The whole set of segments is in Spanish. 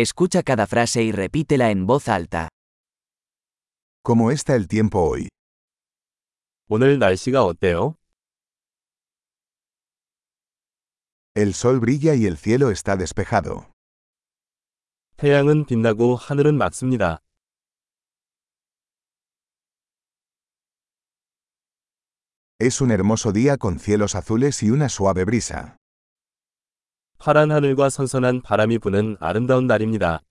Escucha cada frase y repítela en voz alta. ¿Cómo está el tiempo hoy? 오늘 날씨가 어때요? El sol brilla y el cielo está despejado. 태양은 빛나고 하늘은 맑습니다. Es un hermoso día con cielos azules y una suave brisa. 파란 하늘과 선선한 바람이 부는 아름다운 날입니다.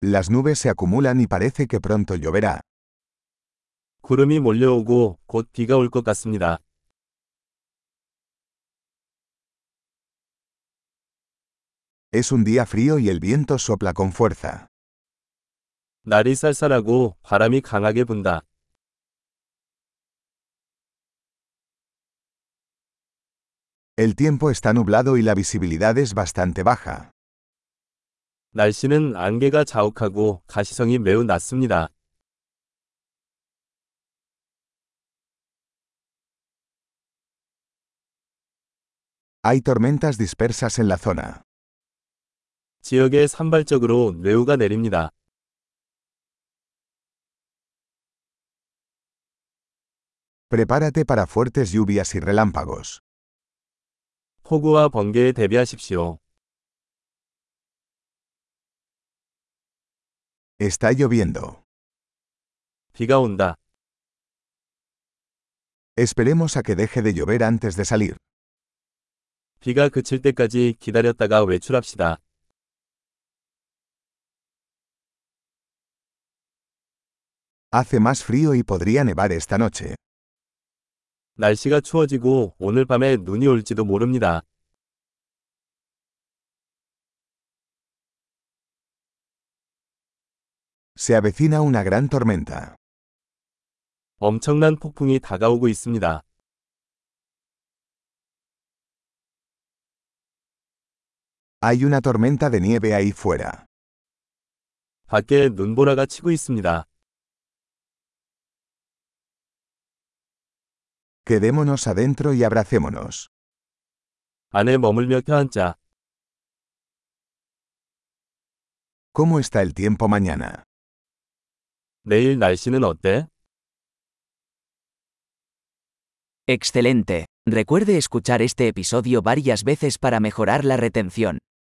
Las nubes se acumulan y parece que pronto lloverá. 구름이 몰려오고 곧 비가 올 것 같습니다. Es un día frío y el viento sopla con fuerza. 날이 쌀쌀하고 바람이 강하게 분다. El tiempo está nublado y la visibilidad es bastante baja. 날씨는 안개가 자욱하고 가시성이 매우 낮습니다. Hay tormentas dispersas en la zona. 지역에 산발적으로 뇌우가 내립니다. Prepárate para fuertes lluvias y relámpagos. 폭우와 번개에 대비하십시오. Está lloviendo. 비가 온다. Esperemos a que deje de llover antes de salir. 비가 그칠 때까지 기다렸다가 외출합시다. Hace más frío y podría nevar esta noche. 날씨가 추워지고 오늘 밤에 눈이 올지도 모릅니다. Se avecina una gran tormenta. 엄청난 폭풍이 다가오고 있습니다. Hay una tormenta de nieve ahí fuera. 밖에 눈보라가 치고 있습니다. Quedémonos adentro y abracémonos. 안에 머물며 펴앉자. ¿Cómo está el tiempo mañana? 내일 날씨는 어때? Excelente. Recuerde escuchar este episodio varias veces para mejorar la retención.